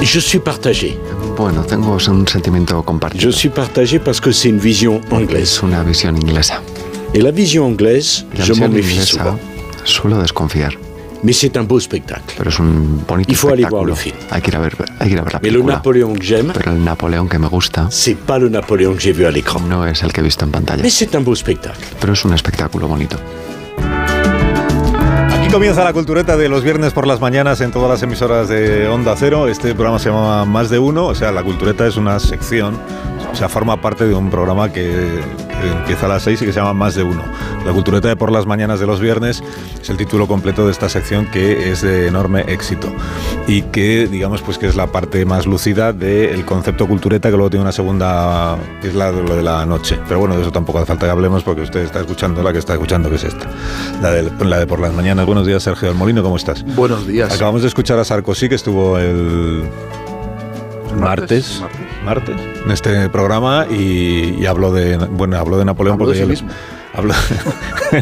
Je suis partagé. Bueno, tengo un sentimiento compartido. Je suis partagé parce que c'est une vision anglaise. Es una visión inglesa. Et la vision anglaise, La je m'en visión méfie inglesa souvent. suelo desconfiar, Mais c'est un beau spectacle. pero es un bonito Y fue al igual, espectáculo. en fin. Hay que ir a ver, hay que ir a ver la Mais le película. Napoléon que j'aime, Pero el Napoleón que me gusta c'est pas le Napoléon que j'ai vu à l'écran. no es el que he visto en pantalla, Mais c'est un beau spectacle. pero es un espectáculo bonito. Aquí comienza la cultureta de los viernes por las mañanas en todas las emisoras de Onda Cero. Este programa se llama Más de Uno, o sea, la cultureta es una sección, o sea, forma parte de un programa que que empieza a las seis y que se llama Más de Uno. La cultureta de por las mañanas de los viernes es el título completo de esta sección que es de enorme éxito y que, digamos, pues que es la parte más lucida del concepto cultureta que luego tiene una segunda, que es la, lo de la noche. Pero bueno, de eso tampoco hace falta que hablemos porque usted está escuchando la que está escuchando, que es esta, la de, la de por las mañanas. Buenos días, Sergio del Molino, ¿cómo estás? Buenos días. Acabamos de escuchar a Sarkozy que estuvo el martes, martes, en este programa y, y habló de bueno habló de Napoleón Habló porque de sí yo le- mismo. habló,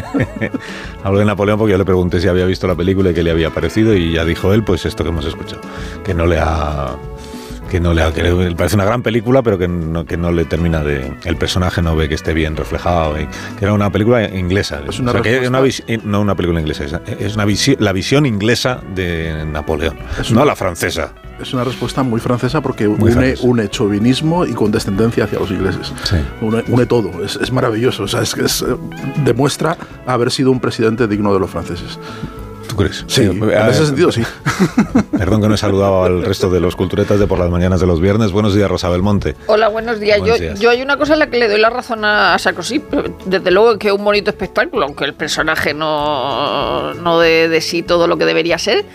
habló de Napoleón porque yo le pregunté si había visto la película y qué le había parecido y ya dijo él pues esto que hemos escuchado que no le ha que no le ha, que le parece una gran película pero que no, que no le termina de el personaje no ve que esté bien reflejado y- que era una película inglesa Es una o sea, que respuesta- una visi- eh, no una película inglesa es- es una visi- la visión inglesa de Napoleón Es no una- la francesa Es una respuesta muy francesa porque une, francesa. une chauvinismo y condescendencia hacia los ingleses. Sí. Une, une todo. Es, es maravilloso. O sea, es que es, eh, demuestra haber sido un presidente digno de los franceses. ¿Tú crees? Sí, Eh, en eh, ese sentido sí. Perdón que no he saludado al resto de los culturetas de por las mañanas de los viernes. Buenos días, Rosa Belmonte. Hola, buenos días. Buenos yo, días. yo hay una cosa en la que le doy la razón a, a Sarkozy. pero Desde luego que es un bonito espectáculo, aunque el personaje no, no dé de sí todo lo que debería ser.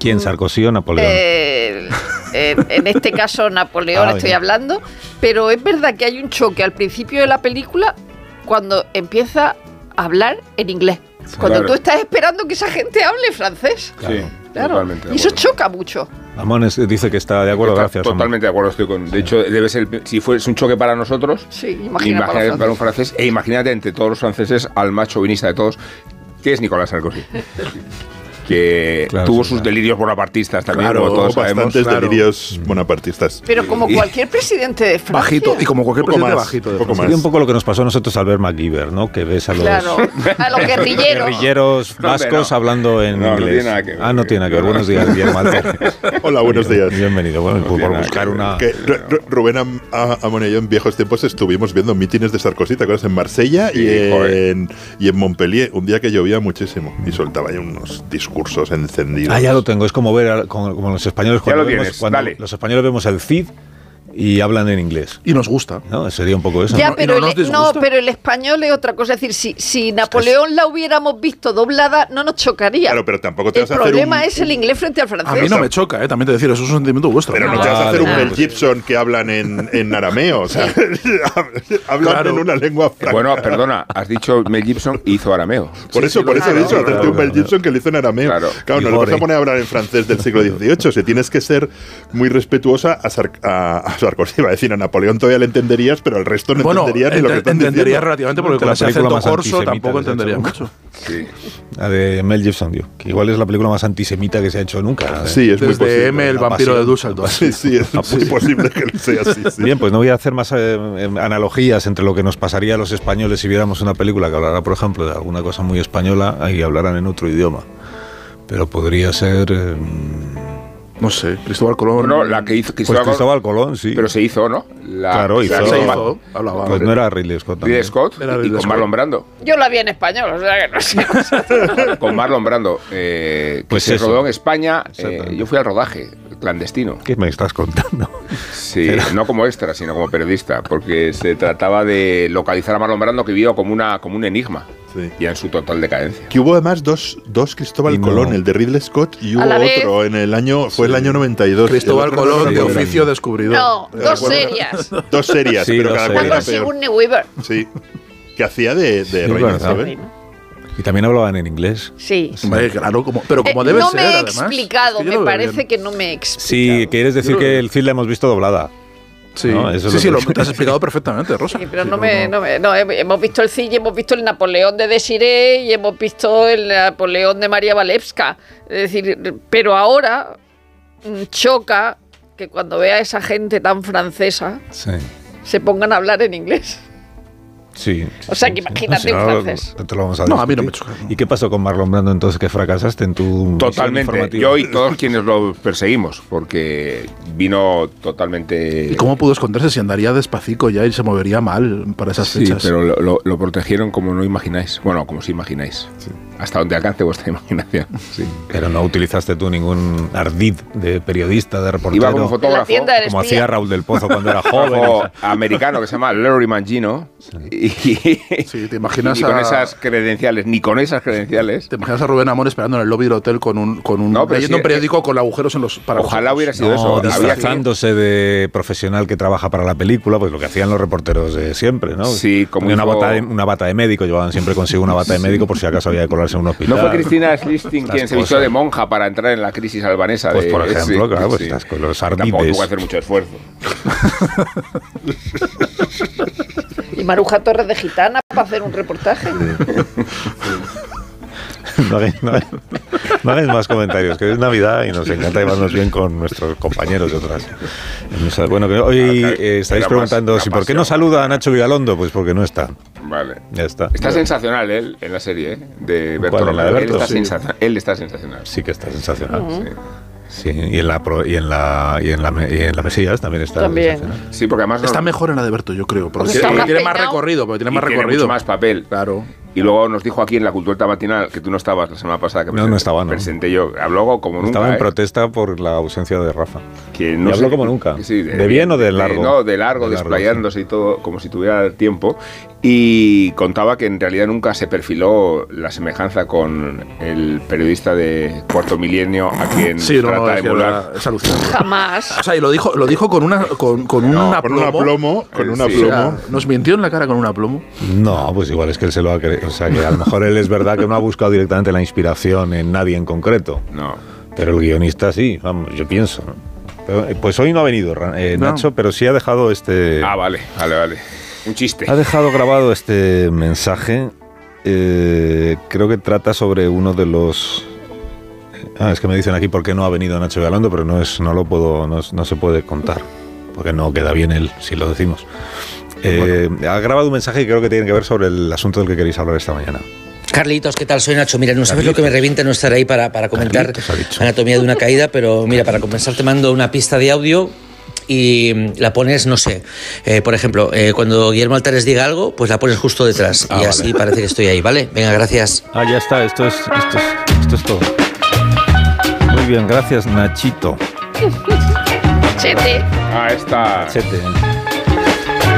¿Quién, Sarkozy o Napoleón? Mm. Eh, eh, en este caso, Napoleón Ah, estoy bien. hablando. Pero es verdad que hay un choque al principio de la película cuando empieza a hablar en inglés. Cuando Claro. tú estás esperando que esa gente hable francés. Claro. Claro. totalmente de y eso acuerdo. choca mucho. Ramón es- dice que está de acuerdo, Total- gracias. Ramón. Totalmente de acuerdo estoy con. De hecho, debe ser, si fue, es un choque para nosotros, Sí, imagina para los para un francés, e imagínate entre todos los franceses al más chauvinista de todos, que es Nicolás Sarkozy. que Claro, tuvo sí, sus claro. delirios bonapartistas también, Claro, como todos sabemos. bastantes claro. delirios bonapartistas. Pero como Y- cualquier presidente de Francia. Bajito. Y como cualquier Un poco presidente más, bajito. de un poco Francia. Sería un poco lo que nos pasó a nosotros al ver MacGyver, ¿no? Que ves a los Claro, a los guerrilleros. guerrilleros No, hombre, vascos no. hablando en No, no inglés. tiene nada que ver. Ah, no tiene nada que ver. No, no. Buenos días, Guillermo Alter. Hola, buenos días. Bienvenido. Bueno, No por- tiene por nada buscar que ver. una... Que Ru- Ru- Rubén Am- a- Amón y yo en viejos tiempos estuvimos viendo mítines de Sarkozy, ¿te acuerdas? En Marsella Sí, y, joder. en, y en Montpellier, un día que llovía muchísimo y soltaba ahí unos discursos encendidos. Ah, ya lo tengo. Es como ver a- como, como los españoles cuando, lo vemos, tienes, cuando dale. los españoles vemos el Cid y hablan en inglés. Y nos gusta. ¿No? Sería un poco eso. Ya, no- y no pero, nos el, e- no, disgusta. pero el español es otra cosa. Es decir, si, si Napoleón la hubiéramos visto doblada, no nos chocaría. Claro, pero tampoco te el vas a hacer problema un- es el inglés frente al francés. A mí no me choca, eh, también te decir, eso es un sentimiento vuestro. Pero no, No, te vas a hacer no, un no. Mel Gibson que hablan en, en arameo, o sea, hablan Claro. en una lengua franca. Bueno, perdona, has dicho Mel Gibson hizo arameo. Por eso, sí, por lo- eso he claro, dicho, hacerte claro, un Mel claro. Gibson que lo hizo en arameo. Claro. Claro, no Y le vas a Gore. poner a hablar en francés del siglo XVIII. Si tienes que ser muy respetuosa a, Sar a, a Sarkozy, iba a decir, a Napoleón todavía le entenderías, pero al resto no bueno, entenderías ni lo que ente- están entendería diciendo. relativamente porque Entre con la ese película acento más corso antisemita tampoco de hecho. entendería mucho. Sí. La de Mel Gibson, tío. Que igual es la película más antisemita que se ha hecho nunca. ¿eh? la de- Sí, es muy Desde posible. M, el La vampiro pasión. de Dusseldorf. Sí, sí, es muy posible que lo sea así. sí. Bien, pues no voy a hacer más eh, em, analogías entre lo que nos pasaría a los españoles si viéramos una película que hablara, por ejemplo, de alguna cosa muy española y hablaran en otro idioma. Pero podría ser. eh, No sé, Cristóbal Colón. Bueno, la que hizo Pues Cristóbal, Cristóbal Colón, sí. Pero se hizo, ¿no? La, Claro, hizo. la- Se Colón. hizo, hablaba. pues no era Ridley Scott. Ridley también. Scott Era y Ridley con Scott. Marlon Brando. Yo la vi en español, o sea que no sé. Con Marlon Brando. eh, que Pues se eso. rodó en España. eh, Exactamente. yo fui al rodaje clandestino. ¿Qué me estás contando? Sí, no como extra, sino como periodista, porque se trataba de localizar a Marlon Brando que vivió como, una, como un enigma Sí. y en su total decadencia. Que hubo además dos, dos Cristóbal Y no. Colón, el de Ridley Scott y A hubo la vez. otro en el año, fue el año 92. Cristóbal El otro no Colón, de recuerdo el oficio año. descubridor. No, ¿Te dos acuerdas? serias. Dos series, Sí, pero dos cada series. cual era Una con peor. Sigourney Weaver. Sí. Que hacía de, de es reina, verdad. ¿sabes? Y también hablaban en inglés. Sí. Hombre, claro, como, pero como Eh, debe no ser, me he además. Es explicado, que yo me lo veo parece bien. que no me he explicado. Sí, quieres decir Yo creo que el film la hemos visto doblada. Sí, No, eso es sí, lo sí, que- lo, te has explicado perfectamente, Rosa. Sí, pero Sí, no me, no me- no, he- hemos visto el Cid y hemos visto el Napoleón de Desiré y hemos visto el Napoleón de María Walewska. Es decir, pero ahora mm, choca que cuando vea a esa gente tan francesa Sí. se pongan a hablar en inglés. Sí. O sea, que imagínate No, un no, francés. no te lo vamos a No, a mí no me discutir. choca, no. ¿Y qué pasó con Marlon Brando entonces que fracasaste en tu misión Totalmente. informativa? Yo y todos quienes lo perseguimos, porque vino totalmente. ¿Y cómo pudo esconderse si andaría despacito ya y se movería mal para esas Sí, fechas? pero lo, lo- lo protegieron como no imagináis. Bueno, como si imagináis. Hasta donde alcance vuestra imaginación. Sí. Pero no utilizaste tú ningún ardid de periodista, de reportero. Iba como En la fotógrafo. tienda del como espía. hacía Raúl del Pozo cuando era joven. o fotógrafo sea. americano que se llama Larry Mangino. Y, Sí, te imaginas y con a- esas credenciales, ni con esas credenciales. ¿Te imaginas a Rubén Amor esperando en el lobby del hotel con un, con un, No, pero leyendo sí, un periódico con agujeros en los para los Ojalá ojos? hubiera sido No, eso. Había que- disfrazándose de profesional que trabaja para la película, pues lo que hacían los reporteros de siempre, ¿no? Sí, como Ponían una, hizo- bata de, una bata de médico, llevaban siempre consigo una bata de médico por si acaso había que colarse en un hospital. No fue Cristina Schlisting quien Estas se vistió Pues cosas. de monja para entrar en la crisis albanesa. Pues, de- por ejemplo, sí, claro, pues sí. estás con los Tampoco tuvo ardides. que hacer mucho esfuerzo. Y Maruja Torres de Gitana para hacer un reportaje. No hagáis, no hagáis- no hagáis más comentarios, que es Navidad y nos encanta llevarnos bien con nuestros compañeros de otras. emisoras. Bueno, que hoy Claro, claro, eh, estáis era preguntando más si una por qué no pasión. saluda a Nacho Vigalondo, pues porque no está. Vale. Ya está. Está sensacional él en la serie, ¿eh? De Berto ¿Cuál, la de Romero. Él Berto? está, Sí. sensacional. él está sensacional. Sí que está sensacional. Sí. Sí, y en la pro- y en la y en la, me- y en la Mesías también está También. sensacional. Sí, porque además. no- Está mejor en la de Berto, yo creo. Porque Porque tiene, está más tiene más peinado. recorrido, porque tiene y más tiene recorrido. mucho más papel. Claro. Y luego nos dijo aquí en la cultura matinal que tú no estabas la semana pasada que No, no estaba, no. presenté yo. Habló como nunca. Estaba en ¿eh? protesta por la ausencia de Rafa. Que no Y habló sé- como nunca. que sí, ¿De bien o de largo? no, de largo, De largo, desplayándose y todo, como si tuviera tiempo. Y contaba que en realidad nunca se perfiló la semejanza con el periodista de Cuarto Milenio a quien Sí, no, trata no, de es, que emular. era- es alucinante. Jamás. O sea, y lo dijo, lo dijo con una con, con un No, Con un aplomo. aplomo, con un Sí, O sea, aplomo. nos mintió en la cara con un aplomo. No, pues igual es que él se lo ha creído. O sea, que a lo mejor él es verdad que no ha buscado directamente la inspiración en nadie en concreto. No. Pero el guionista sí, vamos, yo pienso. ¿no? Pero, eh, pues hoy no ha venido Ra- eh, No. Nacho, pero sí ha dejado este. Ah, vale, vale, vale. Un chiste. Ha dejado grabado este mensaje. eh, creo que trata sobre uno de los. Ah, es que me dicen aquí por qué no ha venido Nacho Galondo, pero no es, no lo puedo, no, es- no se puede contar, porque no queda bien él si lo decimos. Eh, Ha grabado un mensaje que creo que tiene que ver sobre el asunto del que queréis hablar esta mañana. Carlitos, ¿qué tal? Soy Nacho. Mira, no sabes lo que me revienta no estar ahí para, para comentar Carlitos, ha dicho. anatomía de una caída, pero mira, para compensar te mando una pista de audio y mm, la pones, no sé, eh, por ejemplo, eh, cuando Guillermo Altares diga algo, pues la pones justo detrás Ah, y así parece que estoy ahí, ¿vale? Venga, gracias. Ah, ya está, esto es, esto es, esto es todo. Muy bien, gracias Nachito. Chete. Ah, está. Chete.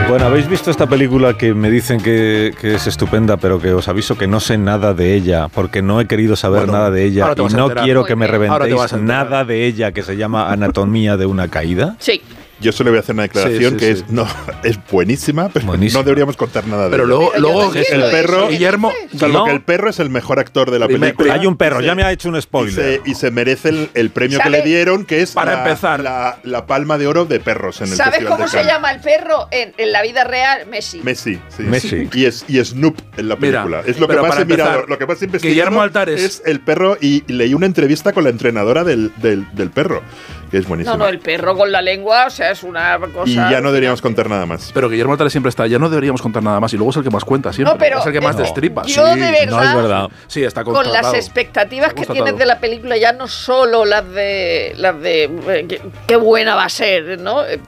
Bueno, habéis visto esta película que me dicen que, que es estupenda, pero que os aviso que no sé nada de ella, porque no he querido saber Bueno, nada de ella ahora te y vas a no enterar. quiero Muy que me bien. Ahora te vas reventéis a enterar. nada de ella, que se llama Anatomía de una caída. Sí. Yo solo voy a hacer una declaración sí, que sí. es no es buenísima, pero Buenísima. no deberíamos contar nada de Pero ella. luego, Pero yo luego no quiero El perro- Guillermo. Salvo No. que el perro es el mejor actor de la Primer- película. Hay un perro, Y ya se- me ha hecho un y se, spoiler. y se merece el, el premio ¿Sabe? que le dieron, que es Para la, empezar. La, la palma de oro de perros en el ¿Sabes Festival cómo de se Cannes. llama el perro en, en la vida real? Messi. Messi, sí. Messi. Y, es, y Snoop en la Mira, película. es lo que, pero más para he mirado, empezar, lo que más he investigado Guillermo Altares. es el perro y leí una entrevista con la entrenadora del, del- del perro, que es buenísima. No, no, el perro con la lengua, o sea, es una cosa. y ya no deberíamos contar nada más. Pero Guillermo Altares siempre está, ya no deberíamos contar nada más y luego es el que más cuenta siempre. No, pero es el que más destripa. Yo Sí, de verdad, No es verdad. sí, está con las contratado. expectativas Está que contratado. tienes de la película, ya no solo las de las de eh, qué- qué buena va a ser, ¿no? Eh,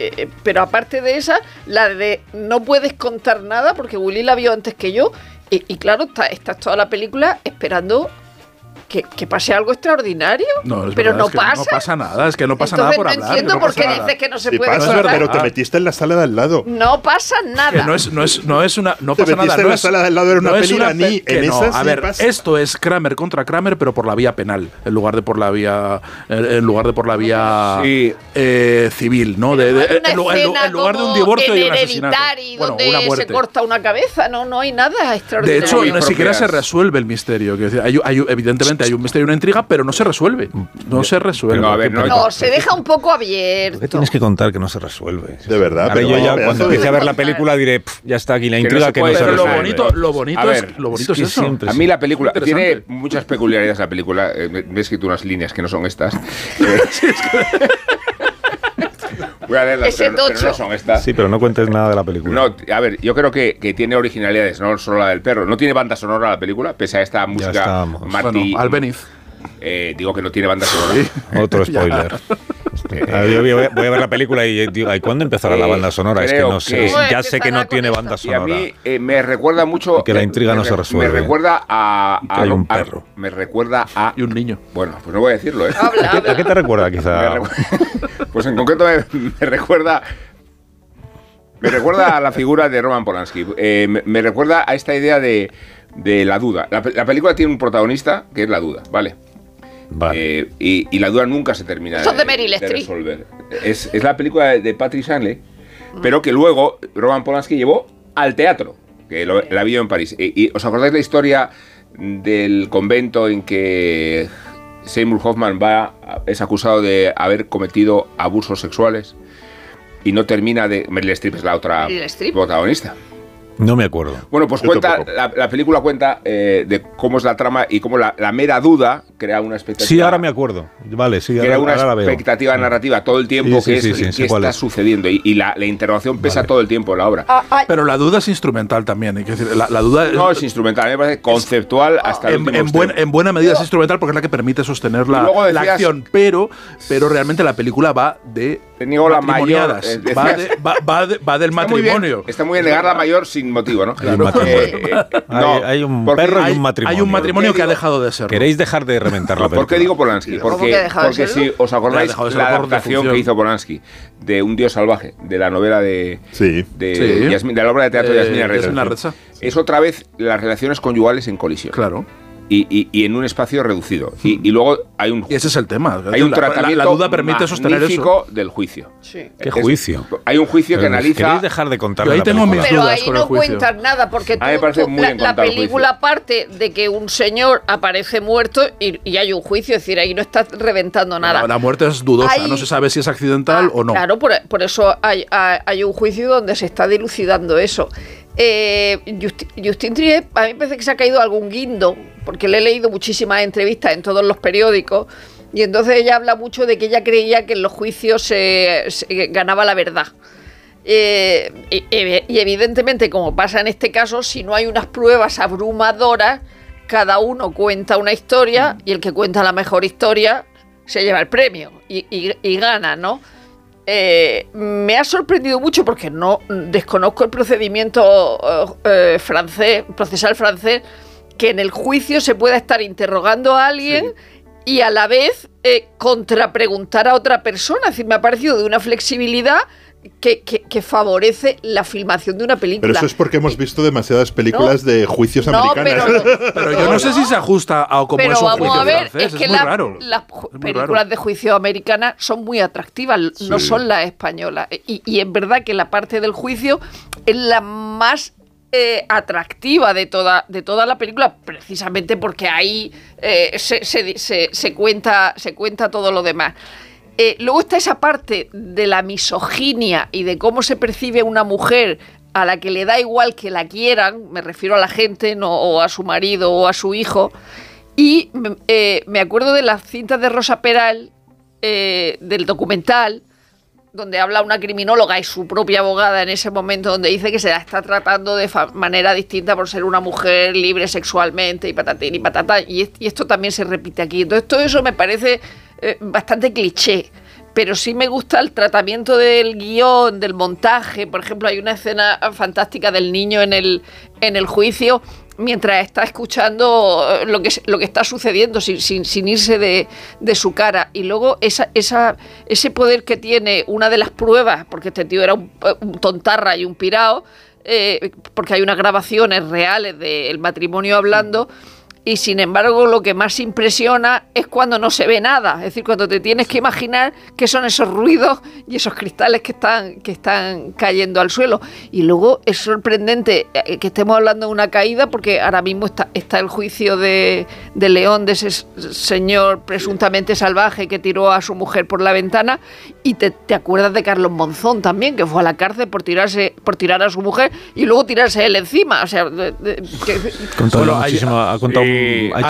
eh, pero aparte de esa, la de no puedes contar nada porque Willy la vio antes que yo y, y claro, está- estás toda la película esperando que, que pase algo extraordinario, No, es pero verdad, no, es que pasa. no pasa nada, es que no pasa nada Entonces por no hablar. entiendo no por pasa qué nada. dices que no se Sí puede pasa, contar. pero te Ah. metiste en la sala de al lado. No pasa Que nada. no es, no es, no es una. No Te pasa nada. metiste en no la es- sala del lado, era una no es peli una iraní, pe- en que no, esa a sí ver, pasa. esto es Kramer contra Kramer, pero por la vía penal, en lugar de por la vía, en- en lugar de por la vía Sí. eh, civil, ¿no? De, de- Hay una en, lu- en lu- escena en lugar de un como divorcio en y un asesinato. Hereditary, Bueno, donde una se muerte. corta una cabeza, no, no hay nada De extraordinario. hecho, Muy ni siquiera se propias. resuelve el misterio. quiero decir, hay- hay- evidentemente hay un misterio, una intriga, pero no se resuelve. No se resuelve. No, a ver, no- no, se deja un poco ¿Por qué abierto. tienes que contar que no se resuelve? De verdad, Pero yo no, ya pero cuando eso- empiece a ver la Claro. película diré, "Pf, ya está aquí la Que no intriga se que no puede, se pero lo resuelve. bonito, lo bonito A ver, es, lo bonito es, es que eso. siempre A mí la película tiene Interesante. muchas peculiaridades. La película, Eh, me- me he escrito unas líneas que no son estas. Eh, Voy a leerlas, Ese pero, no- pero tocho. no son estas. Sí, pero no cuentes nada de la película. No, t- a ver, yo creo que, que tiene originalidades, no solo la del perro. No tiene banda sonora la película, pese a esta música estamos. Marty. Bueno, Albeniz. eh, digo que no tiene banda sonora. Otro spoiler. Este, Ah, yo voy, a- voy a ver la película y digo, "Ay, ¿cuándo empezará la Eh, banda sonora? Es que creo no sé. que- Bueno, Ya sé que no empezará tiene con banda Y a sonora. mí eh, me recuerda mucho. eh, Y que la intriga me no se re- resuelve. Me recuerda a. a- Que hay un a- perro. me recuerda a. Y un Ah, niño. Bueno, pues no voy a decirlo, ¿eh? Habla, ¿A qué habla. te recuerda Me quizá? recu- pues en concreto me, me recuerda. Me recuerda a la figura de Roman Polanski. Eh, me, me recuerda a esta idea de, de la duda. La, pe- la película tiene un protagonista que es la duda, ¿vale? Vale. Eh, y, y la duda nunca se termina Eso es de Meryl Streep. resolver. Es, es la película de, de Patrick Shanley, Mm. pero que luego Roman Polanski llevó al teatro, que lo- la vio en París. Y, y ¿Os acordáis la historia del convento en que Seymour Hoffman va, es acusado de haber cometido abusos sexuales? Y no termina de. Meryl Streep es la otra Meryl Streep. protagonista. No me acuerdo. Bueno, pues Yo cuenta, tampoco. la, la película cuenta eh, de cómo es la trama y cómo la, la mera duda crea una expectativa Sí, ahora me acuerdo. Vale, sí, que ahora, era una ahora la veo. expectativa narrativa todo el tiempo Sí, sí, que sí, es sí, qué sí, cuál está es. sucediendo y, y la, la interrogación pesa todo el tiempo en la obra. Ah, Pero la duda es instrumental también. hay que decir, la, la duda no es instrumental, me parece conceptual hasta el en, último en buen- extremo. en buena medida es instrumental porque es la que permite sostener la, Y luego la decías- acción. Pero, pero realmente la película va de Tenía la matrimoniadas, mayor, eh, decías- va, de- va- va de- va del Está muy bien- matrimonio. Está muy bien negar la mayor sin motivo, ¿no? Eh, un matrimonio. Hay- hay un porque- perro y hay, un matrimonio. hay un matrimonio ¿Por qué que ha digo- dejado de ser. ¿Queréis dejar de reventar la película? ¿Por qué digo Polanski? ¿Cómo Porque, que ha dejado de porque serlo? si os Ha acordáis dejado de serlo la por adaptación que defunción. hizo Polanski de Un Dios Salvaje, de la novela de, Sí. de, Sí. Yasmin- de la obra de teatro de Eh, Yasmina Reza. Yasmina Reza. Es otra vez las relaciones conyugales en colisión. Claro. y, y- y en un espacio reducido. Y, y luego hay un, Y ese es el tema. hay un La- la- La, tratamiento duda permite sostener eso. magnífico del juicio. Sí. ¿Qué Es- juicio? Hay un juicio que Pero, analiza... ¿Queréis dejar de contar Yo ahí la tengo película? mis Pero dudas ahí con el no juicio. cuentas nada, porque A mí me tú- parece tú- muy la, bien la contado el película parte de que un señor aparece muerto y, y hay un juicio, es decir, ahí no estás reventando nada. La, la muerte es dudosa, Hay- no se sabe si es accidental Ah, o no. Claro, por, por eso hay, hay- hay un juicio donde se está dilucidando eso. Eh, Justi- Justin Trier, a mí me parece que se ha caído algún guindo, porque le he leído muchísimas entrevistas en todos los periódicos, y entonces ella habla mucho de que ella creía que en los juicios se, se ganaba la verdad. Eh, y, y- y evidentemente, como pasa en este caso, si no hay unas pruebas abrumadoras, cada uno cuenta una historia y el que cuenta la mejor historia se lleva el premio y, y- y gana, ¿no? Eh, me ha sorprendido mucho porque no desconozco el procedimiento eh, eh, francés, procesal francés, que en el juicio se pueda estar interrogando a alguien y a la vez eh, contrapreguntar a otra persona. Es decir, me ha parecido de una flexibilidad que, que- que favorece la filmación de una película. Pero Eh, eso es porque hemos visto demasiadas películas No. de juicios No, americanas. pero- Pero yo no, sé si se ajusta a cómo Pero es un vamos juicio a ver, francés, es que muy la- raro. las ju- Es muy películas raro. de juicio americanas son muy atractivas, l- no Sí. son las españolas. Y, y es verdad que la parte del juicio es la más eh, atractiva de toda, de toda la película, precisamente porque ahí eh, se, se di- se- se cuenta, se cuenta todo lo demás. Eh, luego está esa parte de la misoginia y de cómo se percibe una mujer a la que le da igual que la quieran, me refiero a la gente, no, o a su marido o a su hijo. Y eh, me acuerdo de las cintas de Rosa Peral, eh, del documental, donde habla una criminóloga y su propia abogada en ese momento, donde dice que se la está tratando de fa- manera distinta por ser una mujer libre sexualmente y patatín y patata. Y, es- y esto también se repite aquí. Entonces, todo eso me parece eh, bastante cliché. Pero sí me gusta el tratamiento del guión, del montaje. Por ejemplo, hay una escena fantástica del niño en el, en el juicio mientras está escuchando eh, lo que, es- lo que está sucediendo sin, sin, sin irse de, de su cara. Y luego esa, esa, ese poder que tiene una de las pruebas, porque este tío era un, un tontarra y un pirao, eh, porque hay unas grabaciones reales del matrimonio hablando. Y sin embargo, lo que más impresiona es cuando no se ve nada. Es decir, cuando te tienes que imaginar qué son esos ruidos y esos cristales que están, que están cayendo al suelo. Y luego es sorprendente eh, que estemos hablando de una caída, porque ahora mismo está, está el juicio de, de León, de ese s- señor presuntamente salvaje que tiró a su mujer por la ventana. Y te, te acuerdas de Carlos Monzón también, que fue a la cárcel por, tirarse, por tirar a su mujer y luego tirarse él encima. O sea, de- de- que- Contado Bueno, hay- muchísimo, ha contado, ha sí, ha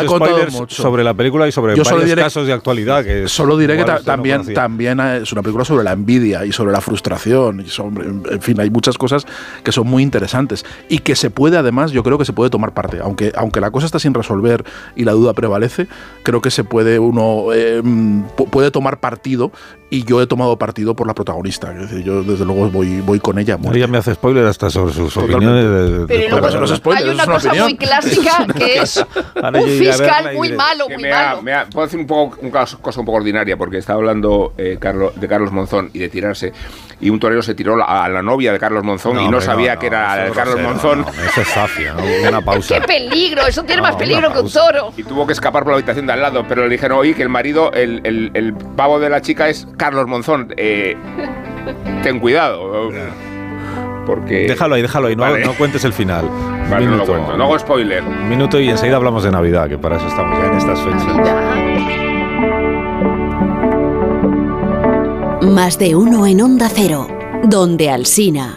hecho contado spoilers mucho. sobre la película y sobre Yo solo varios diré- casos de actualidad. Que Solo diré que igual ta- usted no también, conocía. también es una película sobre la envidia y sobre la frustración. y sobre- en fin, hay muchas cosas que son muy interesantes y que se puede, además, yo creo que se puede tomar parte. Aunque, aunque la cosa está sin resolver y la duda prevalece, creo que se puede uno eh, mm, pu- puede tomar partido y yo he tomado partido por la protagonista. Es decir, yo desde luego voy, voy con ella. a muerte. Ella me hace spoiler hasta sobre sus Totalmente. opiniones. de- de- Pero de- luego Pero eso no es spoiler, hay eso una, es una cosa opinión. muy clásica que es Ahora un yo iré a verla fiscal y muy diré, malo, Que muy me ha- malo. me ha- puedo decir un poco una cosa un poco ordinaria, porque estaba hablando eh, Carlo- de Carlos Monzón y de tirarse. Y un torero se tiró la- a la novia de Carlos Monzón y no hombre, sabía no, que era eso la de es Carlos grosero, Monzón. no, eso es zafia, ¿no? una pausa. ¡Qué peligro! Eso tiene No, más una peligro que un pausa. toro. Y tuvo que escapar por la habitación de al lado, pero le dijeron, oye, que el marido, el, el, el pavo de la chica es Carlos Monzón. eh, ten cuidado. Porque... Eh, Déjalo ahí, déjalo ahí. No, Vale. no cuentes el final. Vale, no lo cuento. No hago spoiler. Un minuto y enseguida hablamos de Navidad, que para eso estamos ya en estas fechas. Más de uno en Onda Cero, donde Alsina.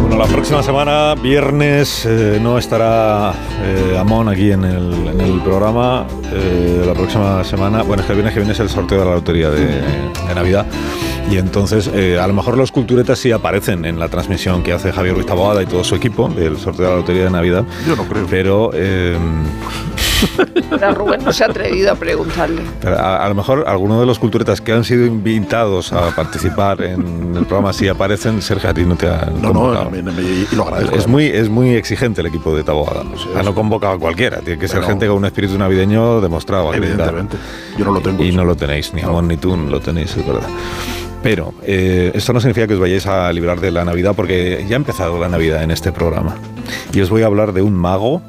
Bueno, la próxima semana, viernes, eh, no estará eh, Amón aquí en el, en el programa. Eh, la próxima semana, bueno, es que el viernes que viene es el sorteo de la lotería de, de Navidad. Y entonces, eh, a lo mejor los culturetas sí aparecen en la transmisión que hace Javier Ruiz Taboada y todo su equipo del sorteo de la lotería de Navidad. Yo no creo. Pero eh, Pero Rubén no se ha atrevido a preguntarle. pero a, a lo mejor algunos de los culturetas que han sido invitados a participar en el programa sí aparecen. Sergio, a ti no te ha No, no, me- me- y lo agradezco. ¿eh? Es muy, es muy exigente el equipo de Taboada. O sea, no convocado a cualquiera. Tiene que ser Pero- gente con un espíritu navideño demostrado. acreditado. Evidentemente. Yo no lo tengo. Y no lo tenéis, ni Amón ni tú no lo tenéis, es verdad. Pero eh, esto no significa que os vayáis a librar de la Navidad, porque ya ha empezado la Navidad en este programa. Y os voy a hablar de un mago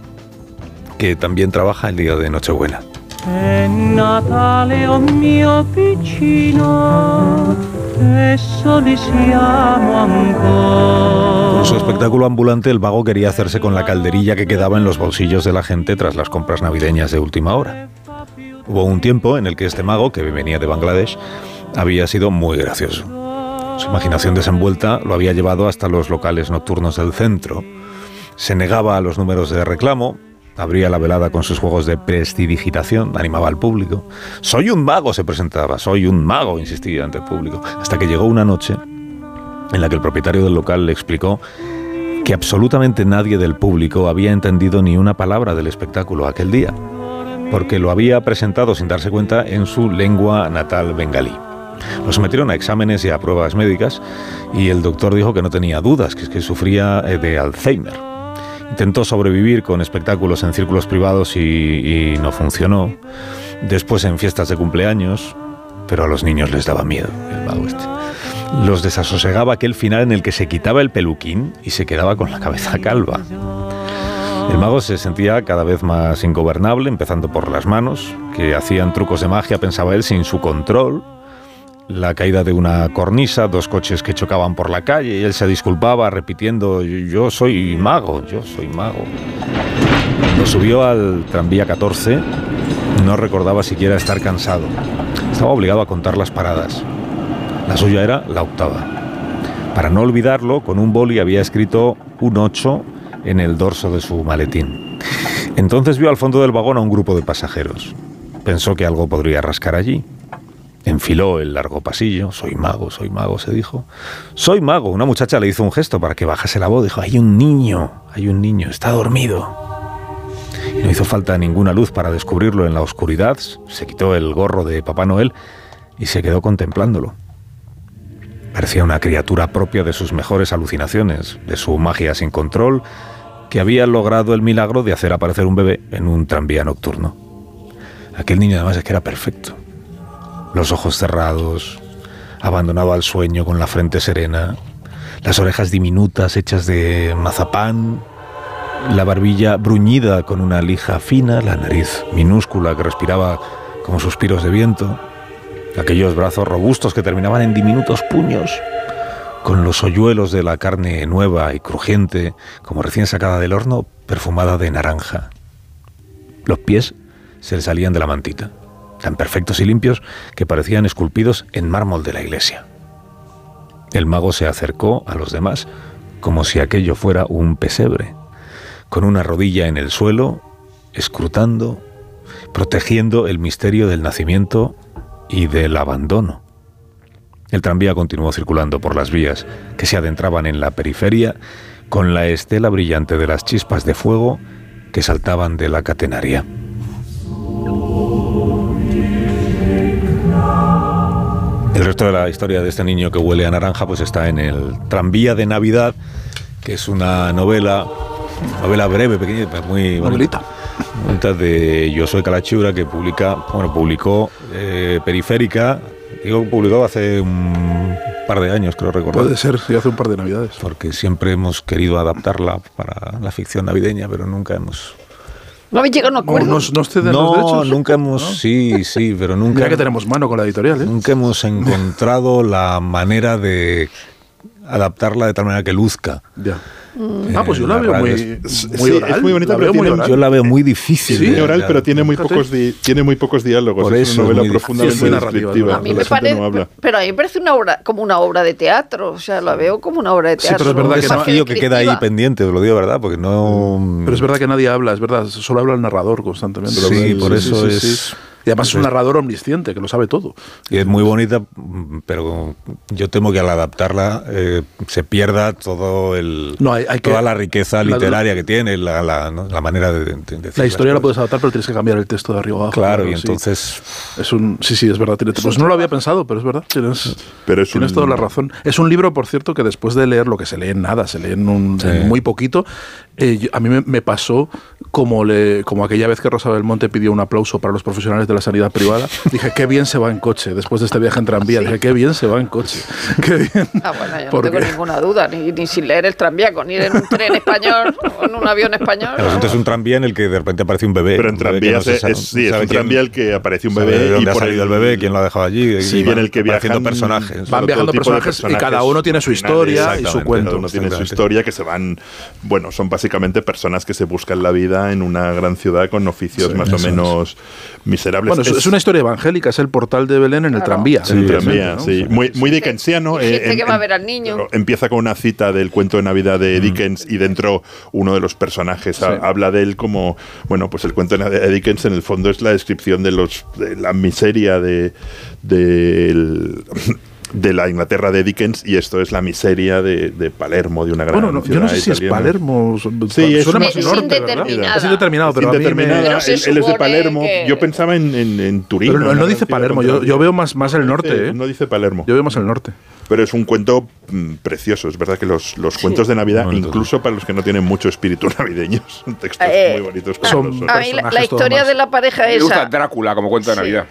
que también trabaja el día de Nochebuena. E Natale, oh mio piccino, e soli siamo ancora. Con su espectáculo ambulante, el mago quería hacerse con la calderilla que quedaba en los bolsillos de la gente tras las compras navideñas de última hora. Hubo un tiempo en el que este mago, que venía de Bangladesh, había sido muy gracioso. Su imaginación desenvuelta lo había llevado hasta los locales nocturnos del centro. Se negaba a los números de reclamo, abría la velada con sus juegos de prestidigitación, animaba al público. Soy un mago, se presentaba, soy un mago, insistía ante el público, hasta que llegó una noche en la que el propietario del local le explicó que absolutamente nadie del público había entendido ni una palabra del espectáculo aquel día, porque lo había presentado sin darse cuenta en su lengua natal bengalí. Lo sometieron a exámenes y a pruebas médicas y el doctor dijo que no tenía dudas, que es que sufría eh, de Alzheimer. Intentó sobrevivir con espectáculos en círculos privados y, y no funcionó. Después en fiestas de cumpleaños, pero a los niños les daba miedo el mago este. Los desasosegaba aquel final en el que se quitaba el peluquín y se quedaba con la cabeza calva. El mago se sentía cada vez más ingobernable, empezando por las manos, que hacían trucos de magia, pensaba él, sin su control. La caída de una cornisa, dos coches que chocaban por la calle, y él se disculpaba repitiendo, yo soy mago, yo soy mago. Cuando subió al tranvía 14, no recordaba siquiera estar cansado. Estaba obligado a contar las paradas. La suya era la octava. Para no olvidarlo, con un boli había escrito un 8 en el dorso de su maletín. Entonces vio al fondo del vagón a un grupo de pasajeros. Pensó que algo podría rascar allí. Enfiló el largo pasillo. Soy mago, soy mago, se dijo. Soy mago. Una muchacha le hizo un gesto para que bajase la voz. Dijo, hay un niño, hay un niño, está dormido. Y no hizo falta ninguna luz para descubrirlo en la oscuridad. Se quitó el gorro de Papá Noel y se quedó contemplándolo. Parecía una criatura propia de sus mejores alucinaciones, de su magia sin control, que había logrado el milagro de hacer aparecer un bebé en un tranvía nocturno. Aquel niño además es que era perfecto. Los ojos cerrados, abandonado al sueño con la frente serena, las orejas diminutas hechas de mazapán, la barbilla bruñida con una lija fina, la nariz minúscula que respiraba como suspiros de viento, aquellos brazos robustos que terminaban en diminutos puños, con los hoyuelos de la carne nueva y crujiente, como recién sacada del horno, perfumada de naranja. Los pies se le salían de la mantita, tan perfectos y limpios que parecían esculpidos en mármol de la iglesia. El mago se acercó a los demás como si aquello fuera un pesebre con una rodilla en el suelo, escrutando, protegiendo el misterio del nacimiento y del abandono. El tranvía continuó circulando por las vías que se adentraban en la periferia con la estela brillante de las chispas de fuego que saltaban de la catenaria. El resto de la historia de este niño que huele a naranja pues está en el Tranvía de Navidad, que es una novela novela breve, pequeña, pero muy bonita. Bonita de Yo soy Calachura, que publica, bueno, publicó eh, Periférica, digo, publicó hace un par de años, creo recordar. Puede ser, sí, hace un par de navidades. Porque siempre hemos querido adaptarla para la ficción navideña, pero nunca hemos No habéis llegado a un acuerdo. No, no, no ceden los derechos. nunca hemos, sí, sí, pero nunca. Mira que tenemos mano con la editorial, ¿eh? Nunca hemos encontrado la manera de adaptarla de tal manera que luzca. Ya. Eh, Ah, pues yo la veo radio muy, es- muy Sí, oral. es muy bonita, la pero veo muy tiene- oral. Yo la veo muy difícil. Sí, de- oral, pero tiene muy, Fíjate. pocos di- tiene muy pocos diálogos. Por es una eso, novela muy difícil. profundamente Sí, es muy narrativa. descriptiva. A A mí la me gente parece, no habla. pero a mí me parece una obra, como una obra de teatro, o sea, la veo como una obra de Sí, pero teatro. es verdad un que no- desafío que queda ahí descriptiva. pendiente, os lo digo de verdad, porque no. Mm. Pero es verdad que nadie habla, es verdad. Solo habla el narrador constantemente. lo Mm. Sí, veo. por eso sí, sí. es- Y además es un narrador omnisciente que lo sabe todo. Y es muy bonita, mm, pero yo temo que al adaptarla eh, se pierda todo el, No, hay- hay que- toda la riqueza la- literaria que tiene, la, la- ¿no? la manera de, de- de decir La las historia la cosas. puedes adaptar, pero tienes que cambiar el texto de arriba abajo. Claro, y sí. entonces Es un, sí, sí, es verdad. tiene- pues no lo había pensado, pero es verdad. Tienes, Pero es tienes un- toda la razón. Es un libro, por cierto, que después de leer lo que se lee en nada, se lee en, un- Sí. en muy poquito, eh, yo- a mí me, me pasó como, le, como aquella vez que Rosa Belmonte pidió un aplauso para los profesionales de la sanidad privada. Dije, qué bien se va en coche después de este viaje en tranvía. Dije, qué bien se va en coche. Qué bien. Ah, bueno, yo no Porque- tengo ninguna duda, ni, ni sin leer el tranvía, con ir en un tren español o en un avión español. el asunto es un tranvía en el que de repente aparece un bebé. Pero en un bebé que tranvía no se es- sabe- es- sí, es sabe un quién- tranvía el que aparece un sabe bebé de y dónde ha por salido el el- bebé, quién lo ha dejado allí, Sí, y y en el que apareciendo viajan- personajes. Van Todo viajando tipo de personajes, y cada uno tiene su originales, historia y su exactamente, cuento. Cada uno tiene su Exactamente. historia que se van. Bueno, son básicamente personas que se buscan la vida en una gran ciudad con oficios más o menos miserables. Bueno, es, es una historia evangélica, es el portal de Belén en el Claro. tranvía. Sí, tranvía, ¿no? sí. Muy, muy dickensiano. Y gente que va a ver al niño. pero Empieza con una cita del cuento de Navidad de Mm. Dickens y dentro uno de los personajes ha- habla de él como, bueno, pues el cuento de Nav- de Dickens en el fondo es la descripción de, los, de la miseria de, del- de la Inglaterra de Dickens y esto es la miseria de, de Palermo, de una gran Bueno, no- yo no ciudad sé si es italiana. Palermo. Sí, es suena una más ciudad norte, ¿verdad? indeterminada. Es indeterminado, pero a Indeterminada. mí me... él, él es de Palermo. Yo pensaba en, en, en Turín. Pero no- una no dice gran ciudad Palermo, con yo- gran- yo veo más- más el No norte, dice- ¿eh? No dice Palermo. Yo veo más el norte. Pero es un cuento mm, precioso. Es verdad que los, los cuentos de Navidad, incluso para los que no tienen mucho espíritu navideño, son textos Eh, muy bonitos. Son A mí la, la historia de la pareja Me gusta esa. Drácula como cuento de Sí. Navidad.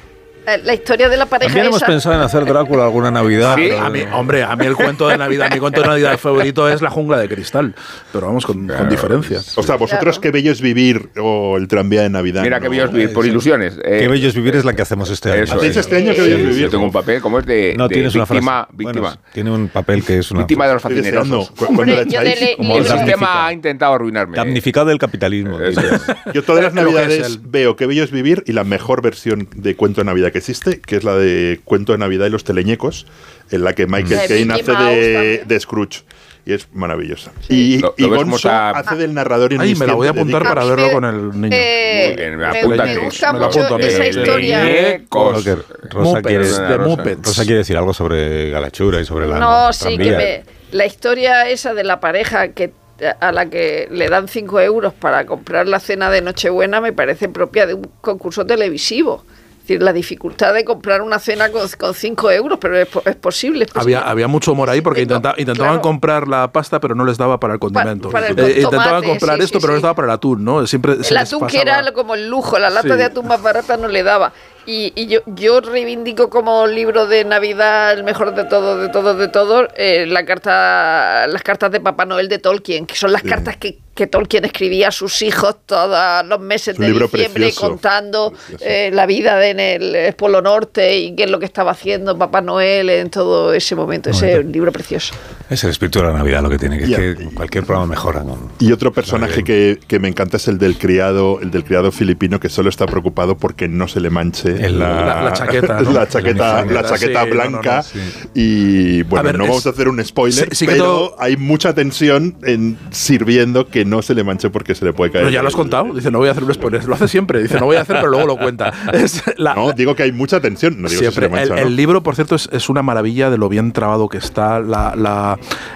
eh, La historia de la pareja También hemos esa. pensado en hacer Drácula alguna Navidad. Sí. pero- Ah, A mí, hombre, a mí el cuento de Navidad, mi cuento de Navidad favorito es La jungla de cristal. Pero vamos, con, con diferencia. O sea, vosotros qué bello es vivir o el tranvía de Navidad. Mira ¿no? qué bellos vivir, por ilusiones. Eh, Qué bello es vivir es la que hacemos este año. eso ¿Hacéis es. este año qué bello es Sí, vivir? Yo tengo un papel, como es de, No, de tienes una víctima, frase. víctima. Bueno, tiene un papel que es una. víctima de los Estoy deseando. facinerosos. Cu- cuando Hombre, la yo echáis, de- como El libro- os dice. sistema ha intentado arruinarme. Damnificado del capitalismo. Eso es. Yo todas las Lo que es navidades él. veo Qué bello es vivir y la mejor versión de cuento de Navidad que existe, que es la de cuento de Navidad y los teleñecos, en la que La Michael de Caine Mickey hace Mouse de, también. de Scrooge. Y es maravillosa. Y, Lo- y lo ves como Gonzo está- hace del narrador y Ay, me la voy a apuntar para verlo con el niño. Eh, Muy bien, me- apúntate. me gusta Me lo mucho apunto a mí. esa Eh, historia. Lo Muñecos. que Rosa Muppets, quiere, de Muppets. Rosa quiere decir algo sobre Galachura y sobre la. No, sí, que tranvía. me, la historia esa de la pareja que a la que le dan 5 euros para comprar la cena de Nochebuena me parece propia de un concurso televisivo. Es decir, la dificultad de comprar una cena con, con 5 euros, pero es, po- es posible. es posible. Había, había mucho humor ahí porque Tengo- intenta- intentaban claro. comprar la pasta, pero no les daba para el condimento. Eh, para el tomate, intentaban comprar sí, sí, esto, pero sí. no les daba para el atún, ¿no? Siempre se El les atún que era pasaba- lo- como el lujo, la lata Sí. de atún más barata no le daba. Y, y yo, yo reivindico como libro de Navidad, el mejor de todo, de todo, de todo, eh, la carta, las cartas de Papá Noel de Tolkien, que son las cartas que, que Tolkien escribía a sus hijos todos los meses Es un de libro diciembre precioso. contando Precioso. eh, la vida en el eh, Polo Norte y qué es lo que estaba haciendo Papá Noel en todo ese momento. Ese es un libro precioso. Es el espíritu de la Navidad lo que tiene, que Ya. es que cualquier programa mejora. ¿no? Y otro personaje que, que me encanta es el del criado, el del criado filipino que solo está preocupado porque no se le manche El- la, la- la chaqueta, ¿no? la chaqueta, El uniforme. la chaqueta Sí, no, no, no, blanca. sí. Y bueno, A ver, no es- vamos a hacer un spoiler, sí- sí que pero todo- hay mucha tensión en sirviendo que no se le manche porque se le puede caer. Pero ya lo has el- contado. Dice, no voy a hacer un spoiler. Lo hace siempre. Dice, no voy a hacer, pero luego lo cuenta. Es la- No, digo que hay mucha tensión. No digo si se Siempre. le mancha, el, o no. el libro, por cierto, es, es una maravilla de lo bien trabado que está, la, la-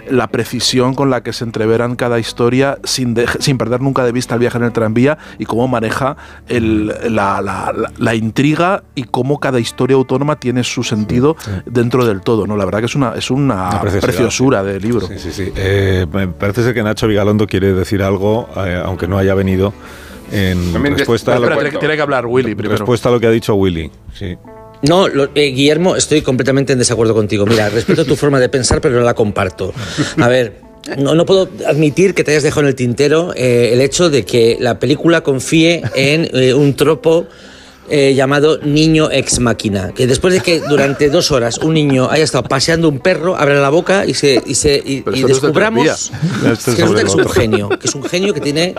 la precisión con la que se entreveran cada historia sin, dej- sin perder nunca de vista el viaje en el tranvía y cómo maneja el- la, la- la- la intriga y cómo cada historia autónoma tiene su sentido dentro del todo. ¿no? La verdad que es una, es una, Una preciosidad. preciosura de libro. Sí, sí, sí. Eh, me parece ser que Nacho Vigalondo quiere decir algo, eh, aunque no haya venido, en También de- respuesta, a Pero lo, Espérate, cuento. tiene que hablar Willy primero. respuesta a lo que ha dicho Willy. Sí. No, lo- eh, Guillermo, estoy completamente en desacuerdo contigo. Mira, respeto tu forma de pensar, pero no la comparto. A ver, no, no puedo admitir que te hayas dejado en el tintero eh, el hecho de que la película confíe en eh, un tropo. eh, llamado niño ex máquina, que después de que durante dos horas un niño haya estado paseando un perro, abra la boca y, se, y, se, y, Pero y eso no es de descubramos tranvía. Esto es que resulta que es un sobre- genio, que es un genio que tiene,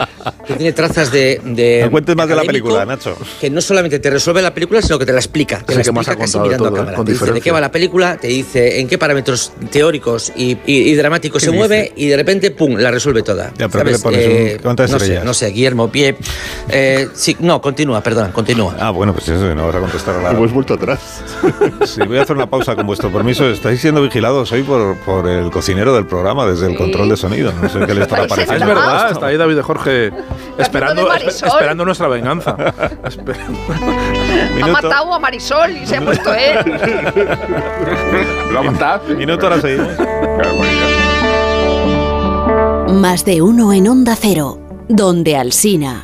que tiene trazas de... de No cuentes más de la película, académico, Nacho. Que no solamente te resuelve la película, sino que te la explica. Te Es la el que más explica ha casi contado de mirando a todo, ¿eh? cámara. Con Te dice de qué diferencia. va la película, te dice en qué parámetros teóricos y, y- y dramáticos ¿Qué se dice? mueve y de repente, ¡pum!, la resuelve toda. Eh, Ya, pero ¿qué le pones? ¿Un- cuántas no sé, estrellas? no sé, Guillermo, pie. eh, sí, no, continúa, perdón, continúa. Ah, bueno, pues eso, no vas a contestar a la. Hemos vuelto atrás. Sí, voy a hacer una pausa con vuestro permiso. Estáis siendo vigilados hoy por, por el cocinero del programa desde el Sí. control de sonido. No sé qué le estará Estáis Ah, pareciendo. Es Está verdad, basta. está ahí David de Jorge esperando, de Marisol. esperando nuestra venganza. Esperando. Ha Minuto. matado a Marisol y se ha puesto él. ¿Lo ha matado? Minuto, ahora seguimos. Claro, bueno, ya. Más de uno en Onda Cero, donde Alsina.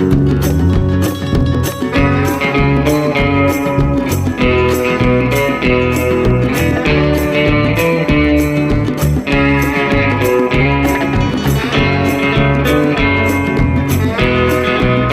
Bueno,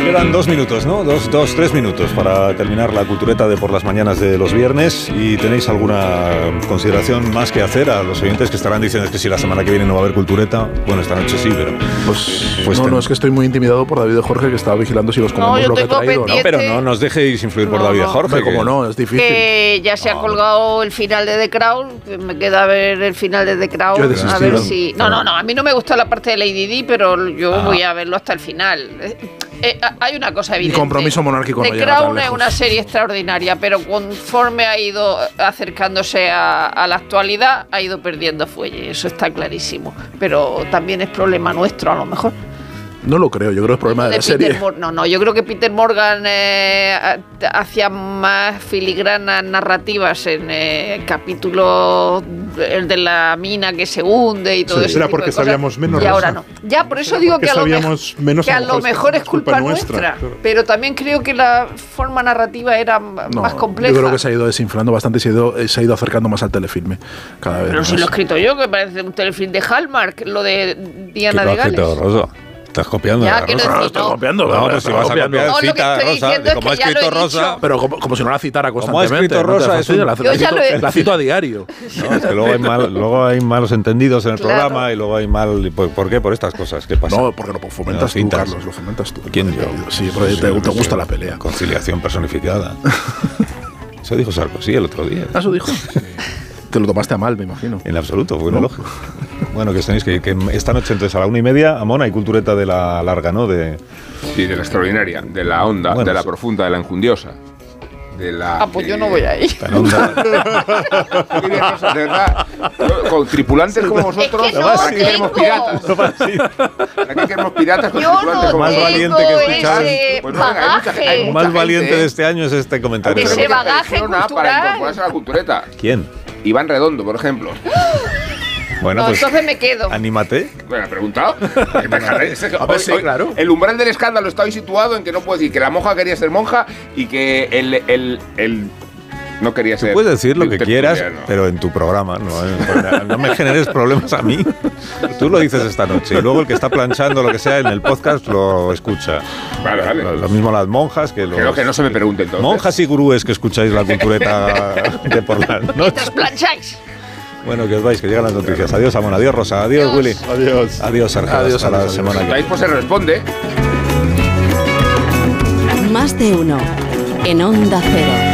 queda Quedan dos minutos, ¿no? Dos, dos, tres minutos para terminar la cultureta de por las mañanas de los viernes. ¿Y tenéis alguna consideración más que hacer a los oyentes que estarán diciendo es que si la semana que viene no va a haber cultureta? Bueno, esta noche sí, pero. Pues, no, no, es que estoy muy intimidado por David de Jorge que estaba vigilando si los comemos yo lo que he tengo traído. pendiente. Pero no nos dejéis influir por No, David no. Jorge. Hombre, cómo que- no, es difícil. Ah, Que ya se ha colgado el final de The Crown. que Me queda ver el final de The Yo he Crown. A desistido. ver si. No, no, no. A mí no me gustó la parte de Lady Di, pero yo Ah. voy a verlo hasta el final. Eh, eh, a- hay una cosa evidente. compromiso monárquico The no llega tan Crown es lejos. una serie extraordinaria, pero conforme ha ido acercándose a, a la actualidad, ha ido perdiendo fuelle. Eso está clarísimo. Pero también es problema nuestro, a lo mejor. No lo creo, yo creo que es problema de, de la Peter serie. Mor- no, no, yo creo que Peter Morgan eh, ha- hacía más filigranas narrativas en eh, capítulos, el de la mina que se hunde y todo Sí, eso. era porque sabíamos menos, Y ahora no. Rosa. Ya, por eso digo porque que a lo mejor, sabíamos menos, que a a lo lo mejor es mejor es culpa, culpa nuestra. nuestra, claro. Pero también creo que la forma narrativa era m- No, más compleja. Yo creo que se ha ido desinflando bastante y se ha ido, eh, se ha ido acercando más al telefilme. Cada vez Pero más. si lo he escrito yo, que parece un telefilm de Hallmark, lo de que Diana lo de has quitado, Gales. Rosa. Estás copiando. Ya, a quiero Rosa. decir, No, estoy no. copiando, No, pero pues si estoy vas a copiando. copiar, No, lo que cita, estoy Rosa. diciendo de es como ha que ya lo escrito he Rosa. dicho. Pero como, como si no la citara Como ha constantemente. escrito no te Rosa, fastidies, es un- la, Yo la ya cito, lo he- la cito a diario. No, es que luego hay, mal- luego hay malos entendidos en el Claro. programa y luego hay mal. ¿Por, por qué? Por estas cosas. ¿Qué pasa? No, porque lo fomentas Las tú, cintas. Carlos, lo fomentas tú. ¿Quién yo? Sí, porque te, te gusta la pelea. Conciliación personificada. Eso dijo Sarkozy el otro día. Eso dijo. Te lo tomaste a mal, me imagino. En absoluto, fue un elogio. Bueno, que os tenéis que ir, que esta noche entonces a la una y media, Amona y cultureta de la larga, ¿no? De, Sí, de la extraordinaria, de la onda, Bueno, de la sí. profunda, de la enjundiosa. De la, Ah, pues yo no voy a ahí. tan onda. De verdad, yo, con tripulantes como vosotros, Es que no aquí queremos tengo. piratas. Aquí queremos piratas con Yo tripulantes no como Más vosotros. valiente que escuchar. ese Pues no, hay mucha- bagaje. hay Lo mucha más gente, valiente de ¿eh? este año es este comentario. Tenemos Ese que bagaje traicionar cultural. Para incorporarse a la cultureta. ¿Quién? Iván Redondo, por ejemplo. Bueno, No, pues entonces me quedo. anímate. Bueno, he preguntado. Déjate, es que A ver, hoy- sí, hoy claro. El umbral del escándalo está hoy situado en que no puedes decir que la monja quería ser monja y que el, el, el no quería Tú ser. puedes decir lo que quieras, tertuliano. pero en tu programa. No, no me generes problemas a mí. Tú lo dices esta noche y luego el que está planchando lo que sea en el podcast lo escucha. Vale, vale. Lo, lo mismo las monjas que los... Creo que no se me pregunte entonces. Monjas y gurúes que escucháis la cultureta de por la noche. Mientras plancháis. Bueno, que os vais, que llegan las noticias. Adiós, Amón. Adiós, Rosa. Adiós, Adiós. Willy. Adiós. Adiós, Sergio. Adiós, Hasta la adiós, semana que Estáis, pues se responde. Más de uno. En Onda Cero.